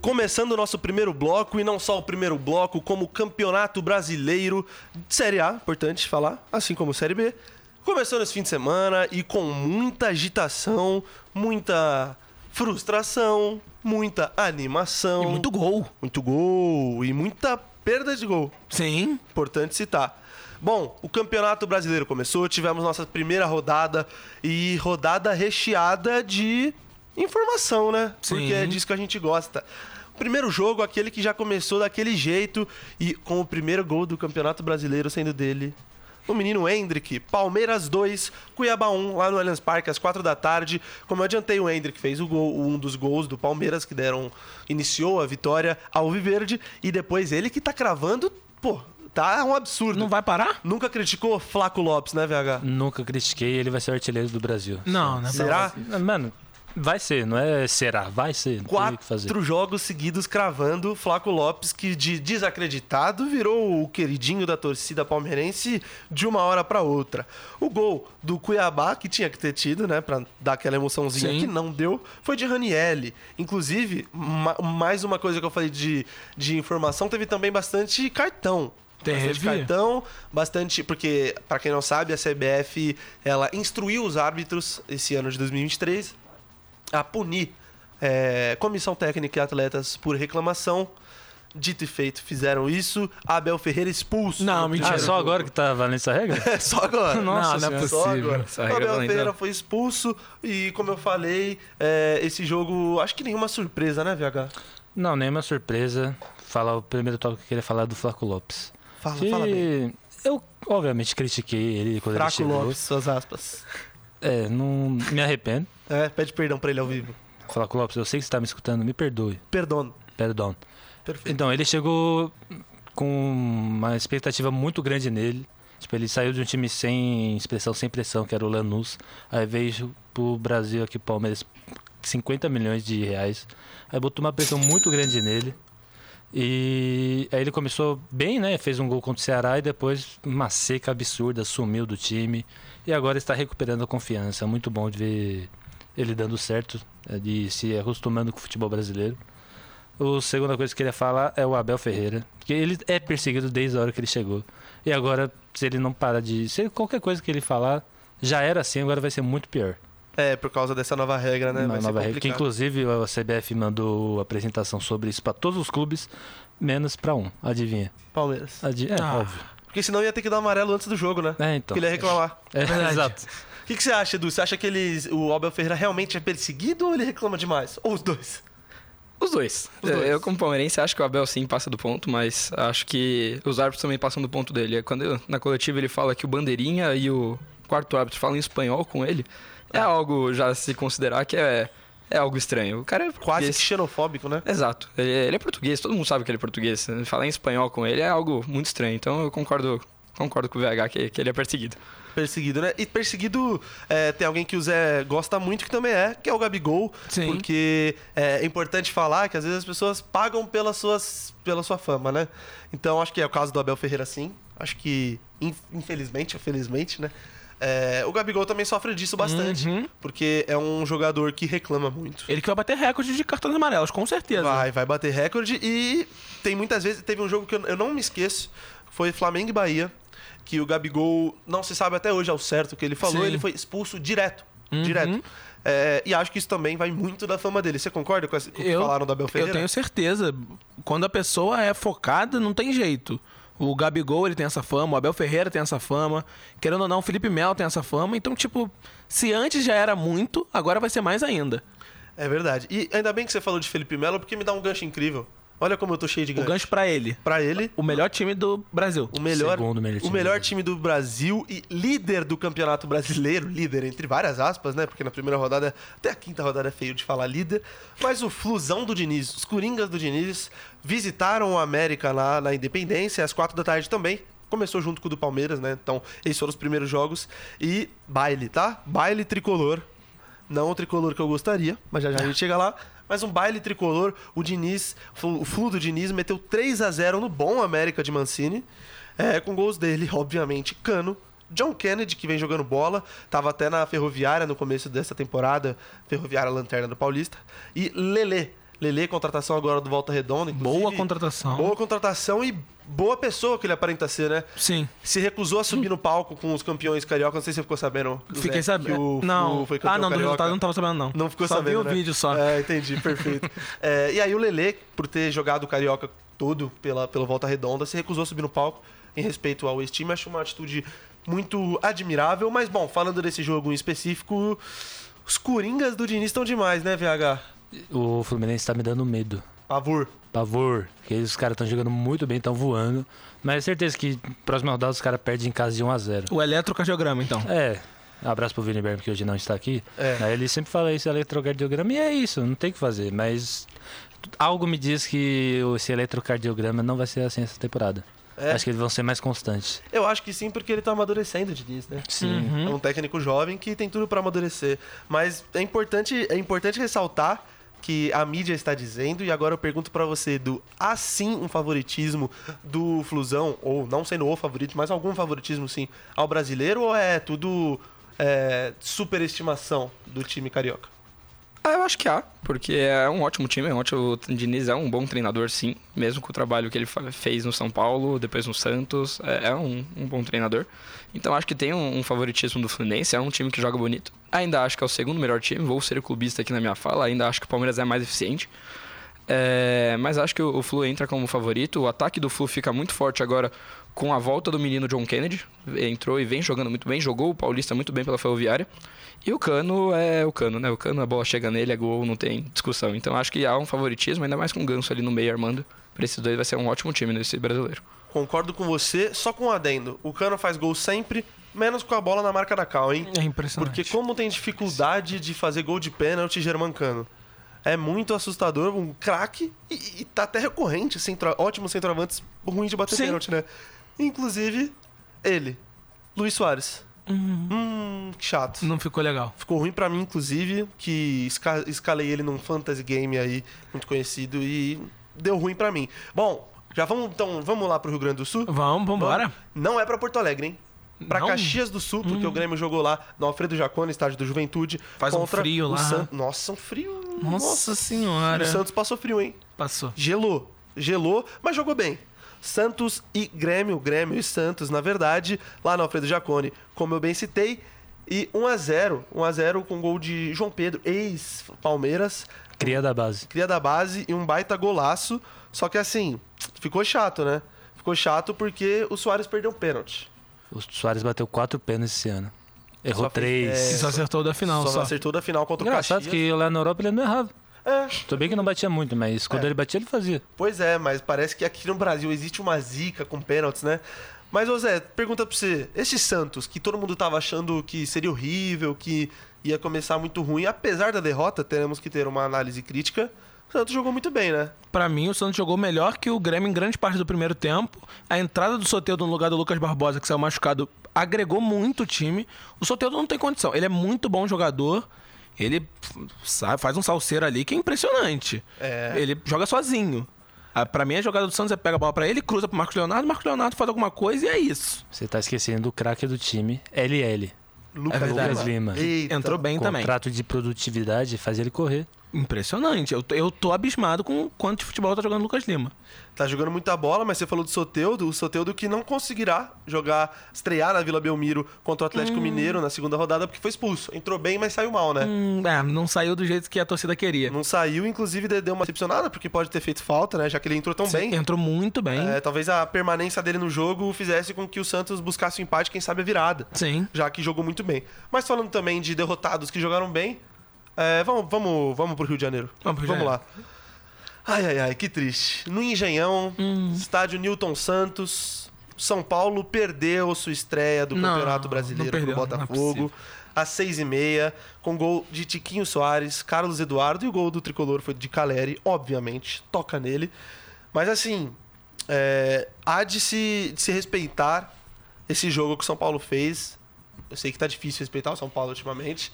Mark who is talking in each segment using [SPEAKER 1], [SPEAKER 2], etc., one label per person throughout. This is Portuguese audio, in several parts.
[SPEAKER 1] Começando o nosso primeiro bloco, e não só o primeiro bloco, como o Campeonato Brasileiro de Série A, importante falar, assim como Série B. Começou nesse fim de semana e com muita agitação, muita frustração, muita animação.
[SPEAKER 2] E muito gol.
[SPEAKER 1] Muito gol e muita perda de gol.
[SPEAKER 2] Sim.
[SPEAKER 1] Importante citar. Bom, o Campeonato Brasileiro começou, tivemos nossa primeira rodada e rodada recheada de informação, né? Porque
[SPEAKER 2] Sim.
[SPEAKER 1] é disso que a gente gosta. O primeiro jogo, aquele que já começou daquele jeito e com o primeiro gol do Campeonato Brasileiro sendo dele. O menino Hendrick, Palmeiras 2, Cuiabá 1, lá no Allianz Parque, às 4 da tarde. Como eu adiantei, o Hendrick fez o gol, um dos gols do Palmeiras que deram. iniciou a vitória ao Viverde. E depois ele que tá cravando, pô, tá um absurdo.
[SPEAKER 2] Não vai parar?
[SPEAKER 1] Nunca criticou Flaco Lopes, né, VH?
[SPEAKER 3] Nunca critiquei, ele vai ser o artilheiro do Brasil.
[SPEAKER 2] Não, né?
[SPEAKER 1] Será?
[SPEAKER 3] Mano, vai ser, não é será, vai ser. Não tem o que fazer. Ah,
[SPEAKER 1] Quatro jogos seguidos cravando Flaco Lopes, que de desacreditado virou o queridinho da torcida palmeirense de uma hora pra outra. O gol do Cuiabá, que tinha que ter tido, né, pra dar aquela emoçãozinha
[SPEAKER 2] Sim.
[SPEAKER 1] que não deu, foi de Ranielli. Inclusive, ma- mais uma coisa que eu falei de, de informação, teve também bastante cartão. Bastante
[SPEAKER 2] Teve.
[SPEAKER 1] cartão. Então, bastante, porque pra quem não sabe, a CBF ela instruiu os árbitros esse ano de 2023 a punir é, comissão técnica e atletas por reclamação. Dito e feito, fizeram isso. Abel Ferreira expulso.
[SPEAKER 2] Não,
[SPEAKER 1] No
[SPEAKER 2] mentira.
[SPEAKER 3] Ah,
[SPEAKER 1] primeiro
[SPEAKER 3] só
[SPEAKER 1] jogo.
[SPEAKER 3] agora que tá valendo essa regra?
[SPEAKER 1] É, só agora.
[SPEAKER 2] Nossa,
[SPEAKER 1] Só
[SPEAKER 2] não é possível.
[SPEAKER 1] agora.
[SPEAKER 4] Essa
[SPEAKER 1] O
[SPEAKER 4] regra
[SPEAKER 1] Abel
[SPEAKER 4] não entra.
[SPEAKER 1] Ferreira foi expulso e, como eu falei, é, esse jogo, acho que nenhuma surpresa, né, VH?
[SPEAKER 3] Não, nenhuma surpresa. Falar o primeiro toque que eu queria falar é do Flaco Lopes.
[SPEAKER 1] Fala,
[SPEAKER 3] Que
[SPEAKER 1] fala bem.
[SPEAKER 3] Eu, obviamente, critiquei ele quando ele
[SPEAKER 1] Fraco
[SPEAKER 3] chegou.
[SPEAKER 1] Lopes, suas aspas.
[SPEAKER 3] É, não me arrependo.
[SPEAKER 1] É, pede perdão pra ele ao vivo.
[SPEAKER 3] Flaco Lopes, eu sei que você tá me escutando, me perdoe.
[SPEAKER 1] Perdono.
[SPEAKER 3] Perdão.
[SPEAKER 1] Perfeito.
[SPEAKER 3] Então, ele chegou com uma expectativa muito grande nele. Tipo, ele saiu de um time sem expressão, sem pressão, que era o Lanús. Aí veio pro Brasil aqui, Palmeiras, 50 milhões de reais. Aí botou uma pressão muito grande nele. E aí ele começou bem, né? Fez um gol contra o Ceará e depois uma seca absurda, sumiu do time. E agora está recuperando a confiança. É Muito bom de ver ele dando certo, eh, de se acostumando com o futebol brasileiro. O segunda coisa que eu queria falar é o Abel Ferreira. Porque ele é perseguido desde a hora que ele chegou. E agora, se ele não para de. Se ele- qualquer coisa que ele falar, já era assim, agora vai ser muito pior.
[SPEAKER 1] É, por causa dessa nova regra, né?
[SPEAKER 3] Na
[SPEAKER 1] Vai ser
[SPEAKER 3] nova regra. Que
[SPEAKER 1] complicado.
[SPEAKER 3] inclusive a CBF mandou apresentação sobre isso para todos os clubes, menos para um. Adivinha?
[SPEAKER 1] Palmeiras.
[SPEAKER 3] Adi- É,
[SPEAKER 2] Ah.
[SPEAKER 3] óbvio.
[SPEAKER 1] Porque senão ia ter que dar amarelo antes do jogo, né?
[SPEAKER 3] É, então.
[SPEAKER 1] Porque ele ia reclamar.
[SPEAKER 3] É,
[SPEAKER 2] Verdade.
[SPEAKER 3] exato.
[SPEAKER 1] O que, que você acha, Edu? Você acha que eles, o Abel Ferreira realmente é perseguido ou ele reclama demais? Ou os dois?
[SPEAKER 4] Os dois.
[SPEAKER 1] Os dois.
[SPEAKER 4] Eu, como palmeirense, acho que o Abel sim passa do ponto, mas acho que os árbitros também passam do ponto dele. É Quando eu- na coletiva ele fala que o bandeirinha e o quarto árbitro falam em espanhol com ele, é
[SPEAKER 1] Ah.
[SPEAKER 4] algo já se considerar que é, é algo estranho. O cara é
[SPEAKER 1] Quase que
[SPEAKER 4] português.
[SPEAKER 1] xenofóbico, né?
[SPEAKER 4] Exato. Ele, ele é português, todo mundo sabe que ele é português. Falar em espanhol com ele é algo muito estranho. Então eu concordo, concordo com o VH que, que ele é perseguido.
[SPEAKER 1] Perseguido, né? E perseguido é, tem alguém que o Zé gosta muito, que também é, que é o Gabigol.
[SPEAKER 2] Sim.
[SPEAKER 1] Porque é importante falar que às vezes as pessoas pagam pelas suas, pela sua fama, né? Então acho que é o caso do Abel Ferreira, sim. Acho que, in- infelizmente, ou felizmente, né? É, o Gabigol também sofre disso bastante.
[SPEAKER 2] Uhum.
[SPEAKER 1] Porque é um jogador que reclama muito.
[SPEAKER 2] Ele que vai bater recorde de cartões amarelos, com certeza.
[SPEAKER 1] Vai, vai bater recorde e tem muitas vezes. Teve um jogo que eu, eu não me esqueço, foi Flamengo e Bahia, que o Gabigol não se sabe até hoje ao certo o que ele falou,
[SPEAKER 2] Sim. Uhum.
[SPEAKER 1] ele foi expulso direto. Direto. É, e acho que isso também vai muito da fama dele. Você concorda com, essa- com o que
[SPEAKER 2] Eu-
[SPEAKER 1] falaram do Abel Ferreira?
[SPEAKER 2] Eu tenho certeza. Quando a pessoa é focada, não tem jeito. O Gabigol, ele tem essa fama, o Abel Ferreira tem essa fama, querendo ou não, o Felipe Melo tem essa fama. Então, tipo, se antes já era muito, agora vai ser mais ainda.
[SPEAKER 1] É verdade. E ainda bem que você falou de Felipe Melo, porque me dá um gancho incrível. Olha como eu tô cheio de
[SPEAKER 2] O
[SPEAKER 1] gancho.
[SPEAKER 2] gancho pra ele.
[SPEAKER 1] Pra ele,
[SPEAKER 2] O melhor time do Brasil.
[SPEAKER 1] O melhor,
[SPEAKER 3] Segundo melhor
[SPEAKER 1] o
[SPEAKER 3] time
[SPEAKER 1] melhor
[SPEAKER 3] do
[SPEAKER 1] time do Brasil e líder do Campeonato Brasileiro, líder entre várias aspas, né? Porque na primeira rodada, até a quinta rodada é feio de falar líder, mas o Flusão do Diniz, os Coringas do Diniz visitaram o América lá na Independência às quatro da tarde também. Começou junto com o do Palmeiras, né? Então, esses foram os primeiros jogos e baile, tá? Baile tricolor. Não o tricolor que eu gostaria, mas já já a gente chega lá. Mas um baile tricolor, o Diniz, o Flu do Diniz meteu 3 a 0 no bom América de Mancini. É, com gols dele, obviamente, Cano, John Kennedy, que vem jogando bola, tava até na Ferroviária no começo dessa temporada, Ferroviária Lanterna do Paulista, e Lele. Lele, contratação agora do Volta Redonda. inclusive.
[SPEAKER 2] Boa contratação.
[SPEAKER 1] Boa contratação e boa pessoa que ele aparenta ser, né?
[SPEAKER 2] Sim.
[SPEAKER 1] Se recusou a subir no palco com os campeões carioca. Não sei se você ficou sabendo.
[SPEAKER 2] Fiquei
[SPEAKER 1] Zé, que
[SPEAKER 2] sabendo.
[SPEAKER 1] o
[SPEAKER 2] Não.
[SPEAKER 1] Flu foi campeão
[SPEAKER 2] Ah, não, do
[SPEAKER 1] carioca.
[SPEAKER 2] resultado eu não tava sabendo, não.
[SPEAKER 1] Não ficou
[SPEAKER 2] só
[SPEAKER 1] sabendo.
[SPEAKER 2] vi o
[SPEAKER 1] né?
[SPEAKER 2] vídeo só.
[SPEAKER 1] É, entendi, perfeito. É, e aí o Lele, por ter jogado o Carioca todo pela, pela volta redonda, se recusou a subir no palco em respeito ao ex-time. Acho uma atitude muito admirável. Mas, bom, falando desse jogo em específico, os coringas do Diniz estão demais, né, VH?
[SPEAKER 3] O Fluminense tá me dando medo.
[SPEAKER 1] Pavor.
[SPEAKER 3] Pavor. Porque os caras estão jogando muito bem, estão voando. Mas é certeza que próxima rodada os caras perdem em casa de 1 a 0
[SPEAKER 2] O eletrocardiograma, então.
[SPEAKER 3] É. Abraço pro Vini Berme, que hoje não está aqui.
[SPEAKER 1] É.
[SPEAKER 3] Aí ele sempre fala isso, eletrocardiograma, e é isso, não tem o que fazer. Mas algo me diz que esse eletrocardiograma não vai ser assim essa temporada.
[SPEAKER 1] É.
[SPEAKER 3] Acho que eles vão ser mais constantes.
[SPEAKER 1] Eu acho que sim, porque ele tá amadurecendo, o Diniz, né?
[SPEAKER 3] Sim.
[SPEAKER 1] É um técnico jovem que tem tudo pra amadurecer. Mas é importante, é importante ressaltar que a mídia está dizendo, e agora eu pergunto pra você, Edu, há sim um favoritismo do Flusão, ou não sendo o favorito, mas algum favoritismo sim, ao brasileiro, ou é tudo é, superestimação do time carioca?
[SPEAKER 4] Ah, eu acho que há, porque é um ótimo time, é um ótimo, o Diniz é um bom treinador, sim, mesmo com o trabalho que ele fa- fez no São Paulo, depois no Santos, é, é um, um bom treinador. Então acho que tem um, um favoritismo do Fluminense, é um time que joga bonito. Ainda acho que é o segundo melhor time, vou ser clubista aqui na minha fala, ainda acho que o Palmeiras é mais eficiente. É, mas acho que o, o Flu entra como favorito. O ataque do Flu fica muito forte agora com a volta do menino John Kennedy. Entrou e vem jogando muito bem, jogou o Paulista muito bem pela Ferroviária. E o Cano é o Cano, né? O Cano, a bola chega nele, é gol, não tem discussão. Então acho que há um favoritismo, ainda mais com o Ganso ali no meio armando. Pra esses dois vai ser um ótimo time nesse brasileiro.
[SPEAKER 1] Concordo com você, só com um adendo. O Cano faz gol sempre, menos com a bola na marca da Cal, hein?
[SPEAKER 2] É impressionante.
[SPEAKER 1] Porque como tem dificuldade de fazer gol de pênalti germancano. É muito assustador, um craque e, e tá até recorrente, centro, ótimo centroavante, ruim de bater
[SPEAKER 2] Sim.
[SPEAKER 1] pênalti, né? Inclusive, ele, Luiz Soares. Hum, que chato.
[SPEAKER 2] Não ficou legal.
[SPEAKER 1] Ficou ruim pra mim, inclusive, que esca- escalei ele num fantasy game aí, muito conhecido, e deu ruim pra mim. Bom, já vamos então, vamos lá pro Rio Grande do Sul?
[SPEAKER 2] Vamos, vambora.
[SPEAKER 1] Não é pra Porto Alegre, hein? Pra
[SPEAKER 2] Não? Hum.
[SPEAKER 1] Caxias do Sul, porque o Grêmio jogou lá no Alfredo Jacone, estádio do Juventude.
[SPEAKER 2] Faz um
[SPEAKER 1] contra
[SPEAKER 2] frio
[SPEAKER 1] o
[SPEAKER 2] lá.
[SPEAKER 1] San- Nossa, um frio.
[SPEAKER 2] Nossa
[SPEAKER 1] O
[SPEAKER 2] senhora.
[SPEAKER 1] Santos passou frio, hein?
[SPEAKER 2] Passou.
[SPEAKER 1] Gelou. Gelou, mas jogou bem. Santos e Grêmio, Grêmio e Santos, na verdade, lá no Alfredo Jacone, como eu bem citei. E 1x0, 1x0 com gol de João Pedro, ex-Palmeiras,
[SPEAKER 3] Cria da base.
[SPEAKER 1] cria da base e um baita golaço. Só que assim, ficou chato, né? Ficou chato porque o Soares perdeu um pênalti.
[SPEAKER 3] O Soares bateu quatro pênaltis esse ano. Errou
[SPEAKER 1] Só fez-
[SPEAKER 3] três.
[SPEAKER 1] é,
[SPEAKER 2] E só acertou da final,
[SPEAKER 1] só,
[SPEAKER 2] só.
[SPEAKER 1] acertou da final contra o
[SPEAKER 3] Engraçado
[SPEAKER 1] Caxias.
[SPEAKER 3] que lá na Europa ele não errava.
[SPEAKER 1] É,
[SPEAKER 3] Tudo bem que não batia muito, mas quando ele batia, ele fazia.
[SPEAKER 1] pois é, mas parece que aqui no Brasil existe uma zica com pênaltis, né? Mas, ô Zé, pergunta pra você. Esse Santos, que todo mundo tava achando que seria horrível, que ia começar muito ruim, apesar da derrota, teremos que ter uma análise crítica. O Santos jogou muito bem, né?
[SPEAKER 2] Pra mim, o Santos jogou melhor que o Grêmio em grande parte do primeiro tempo. A entrada do Soteldo no lugar do Lucas Barbosa, que saiu machucado, agregou muito o time. O Soteldo não tem condição. Ele é muito bom jogador. Ele sabe, faz um salseiro ali que é impressionante.
[SPEAKER 1] É.
[SPEAKER 2] Ele joga sozinho. Ah, Pra mim, a jogada do Santos é pega a bola pra ele, cruza pro Marcos Leonardo, Marcos Leonardo faz alguma coisa e é isso.
[SPEAKER 3] Você tá esquecendo do craque do time, LL.
[SPEAKER 1] Lucas,
[SPEAKER 2] verdade.
[SPEAKER 3] Lucas Lima.
[SPEAKER 1] Eita.
[SPEAKER 2] Entrou bem também.
[SPEAKER 3] Contrato de produtividade faz ele correr.
[SPEAKER 2] Impressionante. Eu, eu tô abismado com o quanto de futebol tá jogando o Lucas Lima.
[SPEAKER 1] Tá jogando muita bola, mas você falou do Soteudo. O Soteudo que não conseguirá jogar, estrear na Vila Belmiro contra o Atlético Mineiro na segunda rodada porque foi expulso. Entrou bem, mas saiu mal, né?
[SPEAKER 2] Hum, é, não saiu do jeito que a torcida queria.
[SPEAKER 1] Não saiu, inclusive deu uma decepcionada, porque pode ter feito falta, né? Já que ele entrou tão bem.
[SPEAKER 2] Entrou muito bem.
[SPEAKER 1] É, talvez a permanência dele no jogo fizesse com que o Santos buscasse o empate, quem sabe a virada.
[SPEAKER 2] Sim.
[SPEAKER 1] Já que jogou muito bem. Mas falando também de derrotados que jogaram bem, é, vamos, vamos, vamos pro Rio de Janeiro.
[SPEAKER 2] Vamos pro Rio de
[SPEAKER 1] lá. Ai, ai, ai, que triste. No Engenhão,
[SPEAKER 2] Hum.
[SPEAKER 1] estádio Newton Santos, São Paulo perdeu sua estreia do
[SPEAKER 2] Não,
[SPEAKER 1] Campeonato
[SPEAKER 2] não
[SPEAKER 1] Brasileiro
[SPEAKER 2] perdeu,
[SPEAKER 1] pro
[SPEAKER 2] não é
[SPEAKER 1] Botafogo.
[SPEAKER 2] possível.
[SPEAKER 1] às seis e meia, com gol de Tiquinho Soares, Carlos Eduardo, e o gol do Tricolor foi de Caleri, obviamente, toca nele. Mas assim, é, há de se, de se respeitar esse jogo que o São Paulo fez. Eu sei que tá difícil respeitar o São Paulo ultimamente.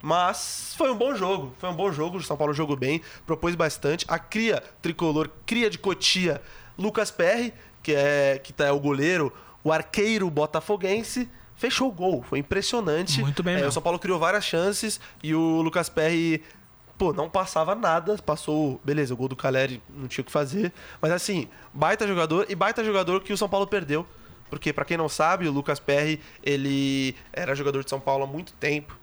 [SPEAKER 1] Mas foi um bom jogo. Foi um bom jogo. O São Paulo jogou bem, propôs bastante. A cria tricolor, cria de Cotia, Lucas Perry, que é que tá, é o goleiro, o arqueiro botafoguense, fechou o gol. Foi impressionante.
[SPEAKER 2] Muito bem
[SPEAKER 1] É,
[SPEAKER 2] mesmo.
[SPEAKER 1] o São Paulo criou várias chances e o Lucas Perry pô, não passava nada, passou, beleza, o gol do Caleri não tinha o que fazer, mas assim, baita jogador e baita jogador que o São Paulo perdeu. Porque, pra quem não sabe, o Lucas Perry, ele era jogador de São Paulo há muito tempo.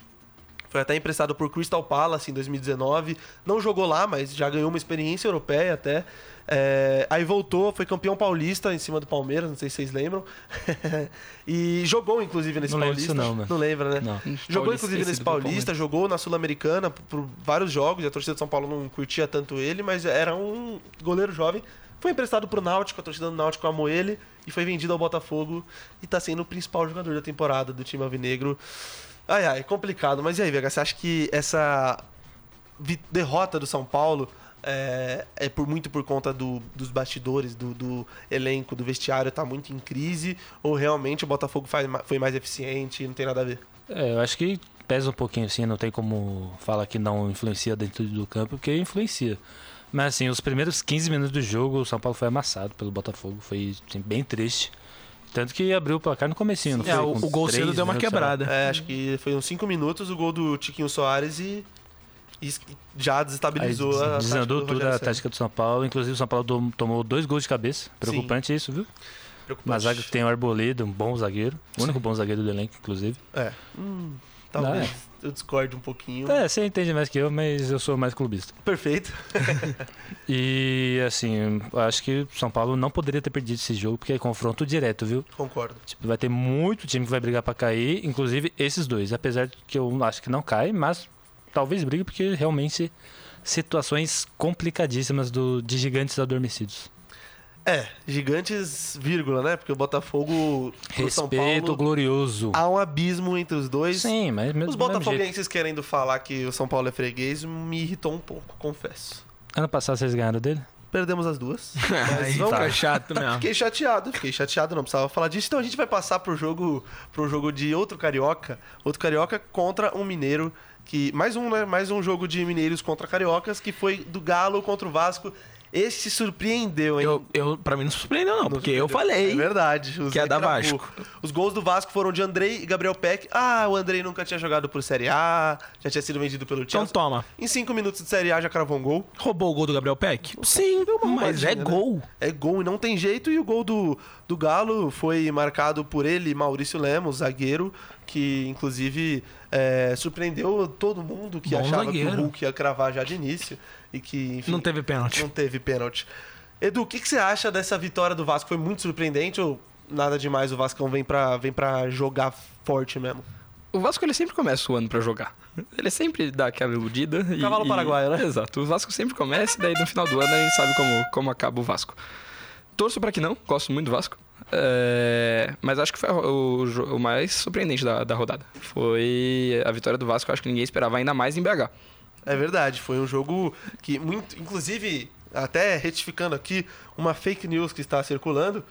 [SPEAKER 1] Foi até emprestado por Crystal Palace em 2019. Não jogou lá, mas já ganhou uma experiência europeia até. É, aí voltou, foi campeão paulista em cima do Palmeiras, não sei se vocês lembram. e jogou, inclusive, nesse
[SPEAKER 3] Não lembro
[SPEAKER 1] paulista.
[SPEAKER 3] disso não, né?
[SPEAKER 1] Não lembra, né?
[SPEAKER 3] Não.
[SPEAKER 1] Jogou,
[SPEAKER 4] Paulista,
[SPEAKER 1] inclusive,
[SPEAKER 4] esse
[SPEAKER 1] nesse
[SPEAKER 4] do Palmeiras.
[SPEAKER 1] Paulista, jogou na Sul-Americana por- por vários jogos. e A torcida de São Paulo não curtia tanto ele, mas era um goleiro jovem. Foi emprestado pro Náutico, a torcida do Náutico amou ele e foi vendido ao Botafogo e tá sendo o principal jogador da temporada do time alvinegro. Ai, ai, complicado. Mas e aí, Vega, você acha que essa vi- derrota do São Paulo é, é por muito por conta do- dos bastidores, do, do elenco, do vestiário, tá muito em crise? Ou realmente o Botafogo faz ma- foi mais eficiente e não tem nada a ver?
[SPEAKER 3] É, eu acho que pesa um pouquinho, assim, não tem como falar que não influencia dentro do campo, porque influencia. Mas assim, os primeiros 15 minutos do jogo, o São Paulo foi amassado pelo Botafogo, foi assim, bem triste. Tanto que abriu o placar no comecinho, não
[SPEAKER 2] É,
[SPEAKER 3] foi?
[SPEAKER 2] o,
[SPEAKER 3] Com
[SPEAKER 2] o gol
[SPEAKER 3] três
[SPEAKER 2] cedo deu uma
[SPEAKER 3] minutos, sei lá.
[SPEAKER 2] quebrada.
[SPEAKER 1] É, acho que foi uns 5 minutos o gol do Tiquinho Soares e, e es- já
[SPEAKER 3] Aí
[SPEAKER 1] desestabilizou a. tática do
[SPEAKER 3] desandou tudo
[SPEAKER 1] Rogério
[SPEAKER 3] a
[SPEAKER 1] Ceni.
[SPEAKER 3] tática do São Paulo. Inclusive, o São Paulo dom- tomou dois gols de cabeça. Preocupante isso, viu? Na
[SPEAKER 1] Preocupante.
[SPEAKER 3] zaga que tem o Arboleda, um bom zagueiro. O único bom zagueiro do elenco, inclusive.
[SPEAKER 1] É. Hum, talvez eu discorde um pouquinho.
[SPEAKER 3] É, você entende mais que eu, mas eu sou mais clubista.
[SPEAKER 1] Perfeito.
[SPEAKER 3] E, assim, eu acho que o São Paulo não poderia ter perdido esse jogo, porque é confronto direto, viu?
[SPEAKER 1] Concordo.
[SPEAKER 3] Tipo, vai ter muito time que vai brigar pra cair, inclusive esses dois. Apesar de que eu acho que não cai, mas talvez brigue, porque realmente situações complicadíssimas do, de gigantes adormecidos.
[SPEAKER 1] É, gigantes, vírgula, né? Porque o Botafogo pro São
[SPEAKER 3] Respeito
[SPEAKER 1] Paulo
[SPEAKER 3] glorioso.
[SPEAKER 1] há um abismo entre os dois.
[SPEAKER 3] Sim, mas mesmo,
[SPEAKER 1] Os
[SPEAKER 3] mesmo jeito.
[SPEAKER 1] botafoguenses querendo falar que o São Paulo é freguês me irritou um pouco, confesso.
[SPEAKER 3] Ano passado vocês ganharam dele?
[SPEAKER 1] Perdemos as duas.
[SPEAKER 2] Aí
[SPEAKER 1] vamos-
[SPEAKER 2] fica chato mesmo.
[SPEAKER 1] Fiquei chateado, fiquei chateado, não precisava falar disso. Então a gente vai passar pro jogo, pro jogo de outro carioca, outro carioca contra um mineiro que mais um, né? Mais um jogo de mineiros contra cariocas que foi do Galo contra o Vasco. Esse surpreendeu, hein?
[SPEAKER 2] Eu, eu, pra mim não surpreendeu, não, porque eu
[SPEAKER 1] É
[SPEAKER 2] falei.
[SPEAKER 1] verdade. o
[SPEAKER 2] que é
[SPEAKER 1] Zé
[SPEAKER 2] da
[SPEAKER 1] cravou.
[SPEAKER 2] Vasco.
[SPEAKER 1] Os gols do Vasco foram de Andrei e Gabriel Peck. Ah, o Andrei nunca tinha jogado por Série A, já tinha sido vendido pelo
[SPEAKER 2] Então
[SPEAKER 1] Chelsea.
[SPEAKER 2] toma.
[SPEAKER 1] Em cinco minutos de Série A já cravou um gol.
[SPEAKER 2] Roubou o gol do Gabriel Peck? Sim, mas é
[SPEAKER 1] né?
[SPEAKER 2] gol.
[SPEAKER 1] É gol e não tem jeito. E o gol do, do Galo foi marcado por ele, Maurício Lemos, zagueiro, que inclusive é, surpreendeu todo mundo que
[SPEAKER 2] Bom
[SPEAKER 1] achava que o
[SPEAKER 2] zagueiro.
[SPEAKER 1] Hulk ia cravar já de início e que, enfim,
[SPEAKER 2] Não teve pênalti.
[SPEAKER 1] não teve pênalti. Edu, o que, que você acha dessa vitória do Vasco? Foi muito surpreendente ou nada demais? O Vascão vem pra, vem pra jogar forte mesmo.
[SPEAKER 4] O Vasco ele sempre começa o ano pra jogar. Ele sempre dá aquela iludida. e-
[SPEAKER 1] Cavalo
[SPEAKER 4] e-
[SPEAKER 1] paraguaio, né?
[SPEAKER 4] Exato. O Vasco sempre começa e daí no final do ano a gente sabe como, como acaba o Vasco. Torço pra que não, gosto muito do Vasco. É, Mas acho que foi a ro- o, jo- o mais surpreendente da, da rodada. Foi a vitória do Vasco, acho que ninguém esperava, ainda mais em BH.
[SPEAKER 1] É verdade, foi um jogo que muito, inclusive, até retificando aqui uma fake news que está circulando,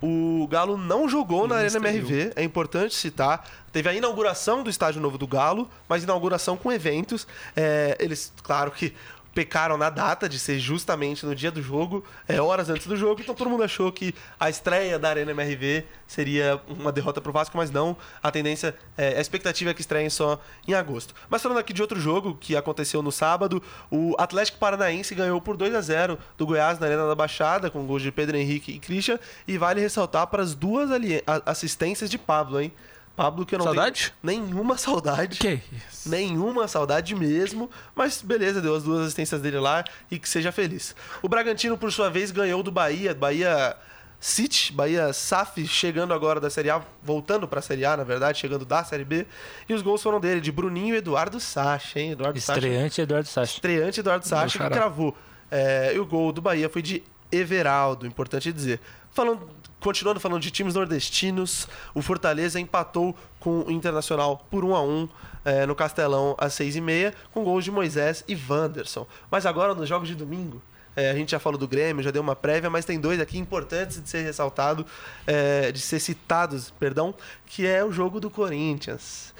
[SPEAKER 1] o Galo não jogou na
[SPEAKER 4] Não
[SPEAKER 1] Arena
[SPEAKER 4] estreou.
[SPEAKER 1] MRV, é importante citar. Teve a inauguração do estádio novo do Galo, mas inauguração com eventos. É, eles, claro que pecaram na data de ser justamente no dia do jogo, é, horas antes do jogo, então todo mundo achou que a estreia da Arena MRV seria uma derrota pro Vasco, mas não. A tendência, é, a expectativa é que estreiem só em agosto. Mas falando aqui de outro jogo que aconteceu no sábado, o Atlético Paranaense ganhou por 2 a 0 do Goiás na Arena da Baixada, com gols de Pedro Henrique e Christian, e vale ressaltar para as duas ali- a- assistências de Pablo, hein? Pablo que eu não
[SPEAKER 2] Saudade?
[SPEAKER 1] tenho nenhuma saudade.
[SPEAKER 2] Que
[SPEAKER 1] Nenhuma saudade mesmo, mas beleza, deu as duas assistências dele lá e que seja feliz. O Bragantino, por sua vez, ganhou do Bahia, Bahia City, Bahia SAF, chegando agora da Série A, voltando pra Série A, na verdade, chegando da Série B. E os gols foram dele, de Bruninho e Eduardo Sacha, hein? Eduardo Sacha
[SPEAKER 3] Estreante Eduardo Sacha.
[SPEAKER 1] estreante Eduardo Sacha que
[SPEAKER 4] xará.
[SPEAKER 1] cravou. É, e o gol do Bahia foi de Everaldo, importante dizer. Falando, continuando falando de times nordestinos, o Fortaleza empatou com o Internacional por 1 a 1 é, no Castelão às 6h30, com gols de Moisés e Wanderson. Mas agora nos jogos de domingo. é, a gente já falou do Grêmio, já deu uma prévia, mas tem dois aqui importantes de ser ressaltado, é, de ser citados, perdão, que é o jogo do Corinthians.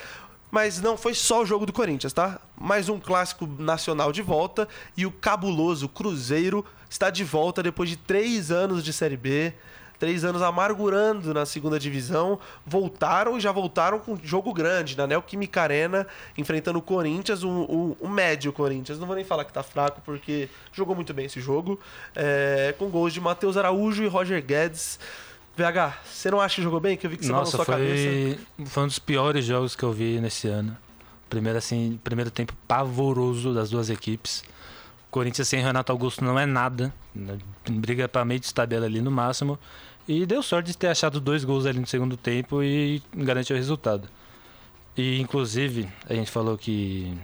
[SPEAKER 1] Mas não foi só o jogo do Corinthians, tá? Mais um clássico nacional de volta e o cabuloso Cruzeiro está de volta depois de três anos de Série B. Três anos amargurando na segunda divisão, voltaram e já voltaram com jogo grande, na Neoquímica Arena, enfrentando o Corinthians, o, o, o médio Corinthians. Não vou nem falar que tá fraco, porque jogou muito bem esse jogo, é, com gols de Matheus Araújo e Roger Guedes. VH, você não acha que jogou bem? Que eu vi que você
[SPEAKER 3] Nossa,
[SPEAKER 1] mandou sua cabeça.
[SPEAKER 3] foi, foi um dos piores jogos que eu vi nesse ano. Primeiro, assim, primeiro tempo pavoroso das duas equipes. Corinthians sem Renato Augusto não é nada. né? Briga para meio de tabela ali no máximo. E deu sorte de ter achado dois gols ali no segundo tempo e garantiu o resultado. E inclusive, a gente falou que.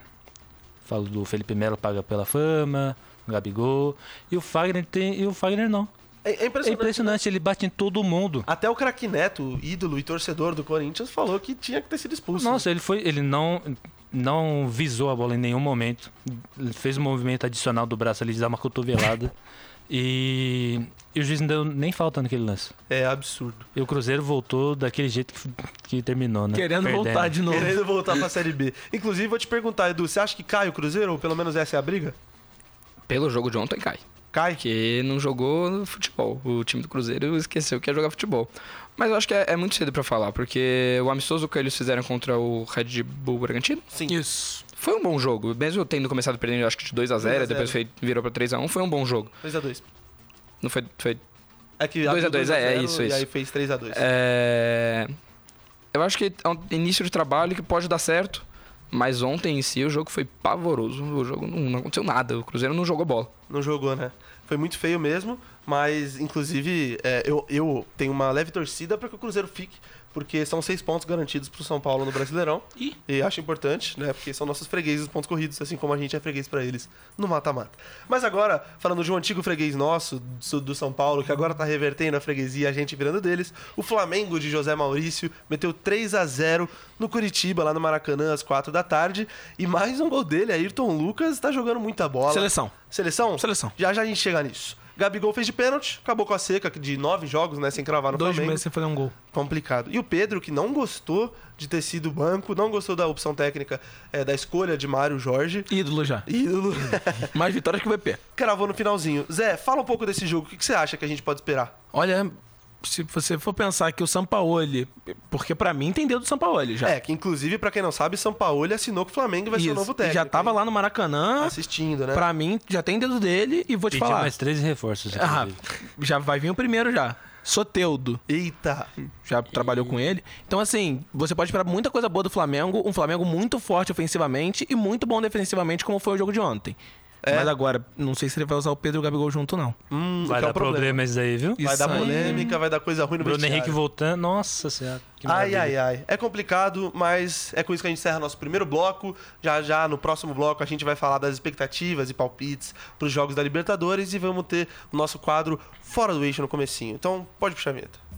[SPEAKER 3] Falou do Felipe Melo paga pela fama, Gabigol. E o Fagner tem. E o Fagner não.
[SPEAKER 1] É, é
[SPEAKER 3] É
[SPEAKER 1] impressionante.
[SPEAKER 3] impressionante, ele bate em todo mundo.
[SPEAKER 1] Até o craque Neto, ídolo e torcedor do Corinthians, falou que tinha que ter sido expulso.
[SPEAKER 3] Nossa, ele foi, ele não não visou a bola em nenhum momento. Ele fez um movimento adicional do braço ali de dar uma cotovelada. e, e o juiz não deu nem falta naquele lance.
[SPEAKER 1] É absurdo.
[SPEAKER 3] E o Cruzeiro voltou daquele jeito que, que terminou, né?
[SPEAKER 2] Querendo
[SPEAKER 3] Perdendo.
[SPEAKER 2] voltar de novo.
[SPEAKER 1] Querendo voltar pra Série B. Inclusive, vou te perguntar, Edu, você acha que cai o Cruzeiro? Ou pelo menos essa é a briga?
[SPEAKER 4] Pelo jogo de ontem, cai.
[SPEAKER 1] Cai?
[SPEAKER 4] Porque não jogou futebol. O time do Cruzeiro esqueceu que ia jogar futebol. Mas eu acho que é, é muito cedo pra falar, porque o amistoso que eles fizeram contra o Red Bull Bragantino
[SPEAKER 1] Sim.
[SPEAKER 2] Isso.
[SPEAKER 4] foi um bom jogo. Mesmo tendo começado perdendo, acho que de 2 a 0
[SPEAKER 1] 2 a 0.
[SPEAKER 4] depois foi, virou pra 3 a 1 foi um bom jogo.
[SPEAKER 1] 2x2.
[SPEAKER 4] Não foi, foi
[SPEAKER 1] É que
[SPEAKER 4] Dois a
[SPEAKER 1] abriu
[SPEAKER 4] dois,
[SPEAKER 1] dois a
[SPEAKER 4] é, é
[SPEAKER 1] zero
[SPEAKER 4] isso,
[SPEAKER 1] E
[SPEAKER 4] isso.
[SPEAKER 1] aí fez 3x2.
[SPEAKER 4] É, Eu acho que é um início de trabalho que pode dar certo, mas ontem em si o jogo foi pavoroso. O jogo não, não aconteceu nada, o Cruzeiro não jogou bola.
[SPEAKER 1] Não jogou, né? Foi muito feio mesmo, mas inclusive é, eu, eu tenho uma leve torcida pra que o Cruzeiro fique, porque são seis pontos garantidos pro São Paulo no Brasileirão.
[SPEAKER 2] Ih.
[SPEAKER 1] E acho importante, né? Porque são nossos fregueses os pontos corridos, assim como a gente é freguês pra eles no mata-mata. Mas agora, falando de um antigo freguês nosso, do, do São Paulo, que agora tá revertendo a freguesia, a gente virando deles, o Flamengo de José Maurício meteu 3 a 0 no Curitiba, lá no Maracanã, às 4 da tarde. E mais um gol dele, Ayrton Lucas tá jogando muita bola. Tá
[SPEAKER 2] Seleção.
[SPEAKER 1] Seleção?
[SPEAKER 2] Seleção.
[SPEAKER 1] Já já a gente chega nisso. Gabigol fez de pênalti, acabou com a seca de nove jogos, né? Sem cravar no
[SPEAKER 2] Dois
[SPEAKER 1] Flamengo.
[SPEAKER 2] meses sem fazer um gol.
[SPEAKER 1] Complicado. E o Pedro, que não gostou de ter sido banco, não gostou da opção técnica eh, da escolha de Mário Jorge.
[SPEAKER 2] Ídolo já.
[SPEAKER 1] Ídolo.
[SPEAKER 2] Mais vitórias que o VP.
[SPEAKER 1] Cravou no finalzinho. Zé, fala um pouco desse jogo. O que, que você acha que a gente pode esperar?
[SPEAKER 2] Olha, se você for pensar que o Sampaoli. Porque pra mim tem dedo do Sampaoli já.
[SPEAKER 1] É, que inclusive, pra quem não sabe, São Paulo assinou que o Flamengo vai ser o
[SPEAKER 2] Isso.
[SPEAKER 1] novo
[SPEAKER 2] E
[SPEAKER 1] técnico.
[SPEAKER 2] Já tava
[SPEAKER 1] hein?
[SPEAKER 2] lá no Maracanã.
[SPEAKER 1] assistindo, né?
[SPEAKER 2] Pra mim, já tem dedo dele e vou te
[SPEAKER 3] Pediu
[SPEAKER 2] falar.
[SPEAKER 3] mais 13 reforços.
[SPEAKER 1] É
[SPEAKER 2] Ah,
[SPEAKER 3] inclusive.
[SPEAKER 2] já vai vir o primeiro já. Soteudo.
[SPEAKER 1] Eita.
[SPEAKER 2] já trabalhou com ele. Então, assim, você pode esperar muita coisa boa do Flamengo, um Flamengo muito forte ofensivamente e muito bom defensivamente, como foi o jogo de ontem.
[SPEAKER 1] É.
[SPEAKER 2] Mas agora, não sei se ele vai usar o Pedro e o Gabigol junto, não.
[SPEAKER 1] Hum,
[SPEAKER 3] Vai
[SPEAKER 1] que é
[SPEAKER 3] dar
[SPEAKER 1] o problema.
[SPEAKER 3] problema isso daí, viu?
[SPEAKER 2] Isso
[SPEAKER 1] Vai dar
[SPEAKER 2] aí.
[SPEAKER 1] polêmica, vai dar coisa ruim no
[SPEAKER 3] Bruno
[SPEAKER 1] vestiário.
[SPEAKER 3] Henrique voltando. Nossa senhora. que
[SPEAKER 1] Ai,
[SPEAKER 3] maravilha.
[SPEAKER 1] ai, ai. É complicado, mas é com isso que a gente encerra nosso primeiro bloco. Já já no próximo bloco a gente vai falar das expectativas e palpites pros jogos da Libertadores e vamos ter o nosso quadro Fora do Eixo no comecinho. Então pode puxar a vinheta.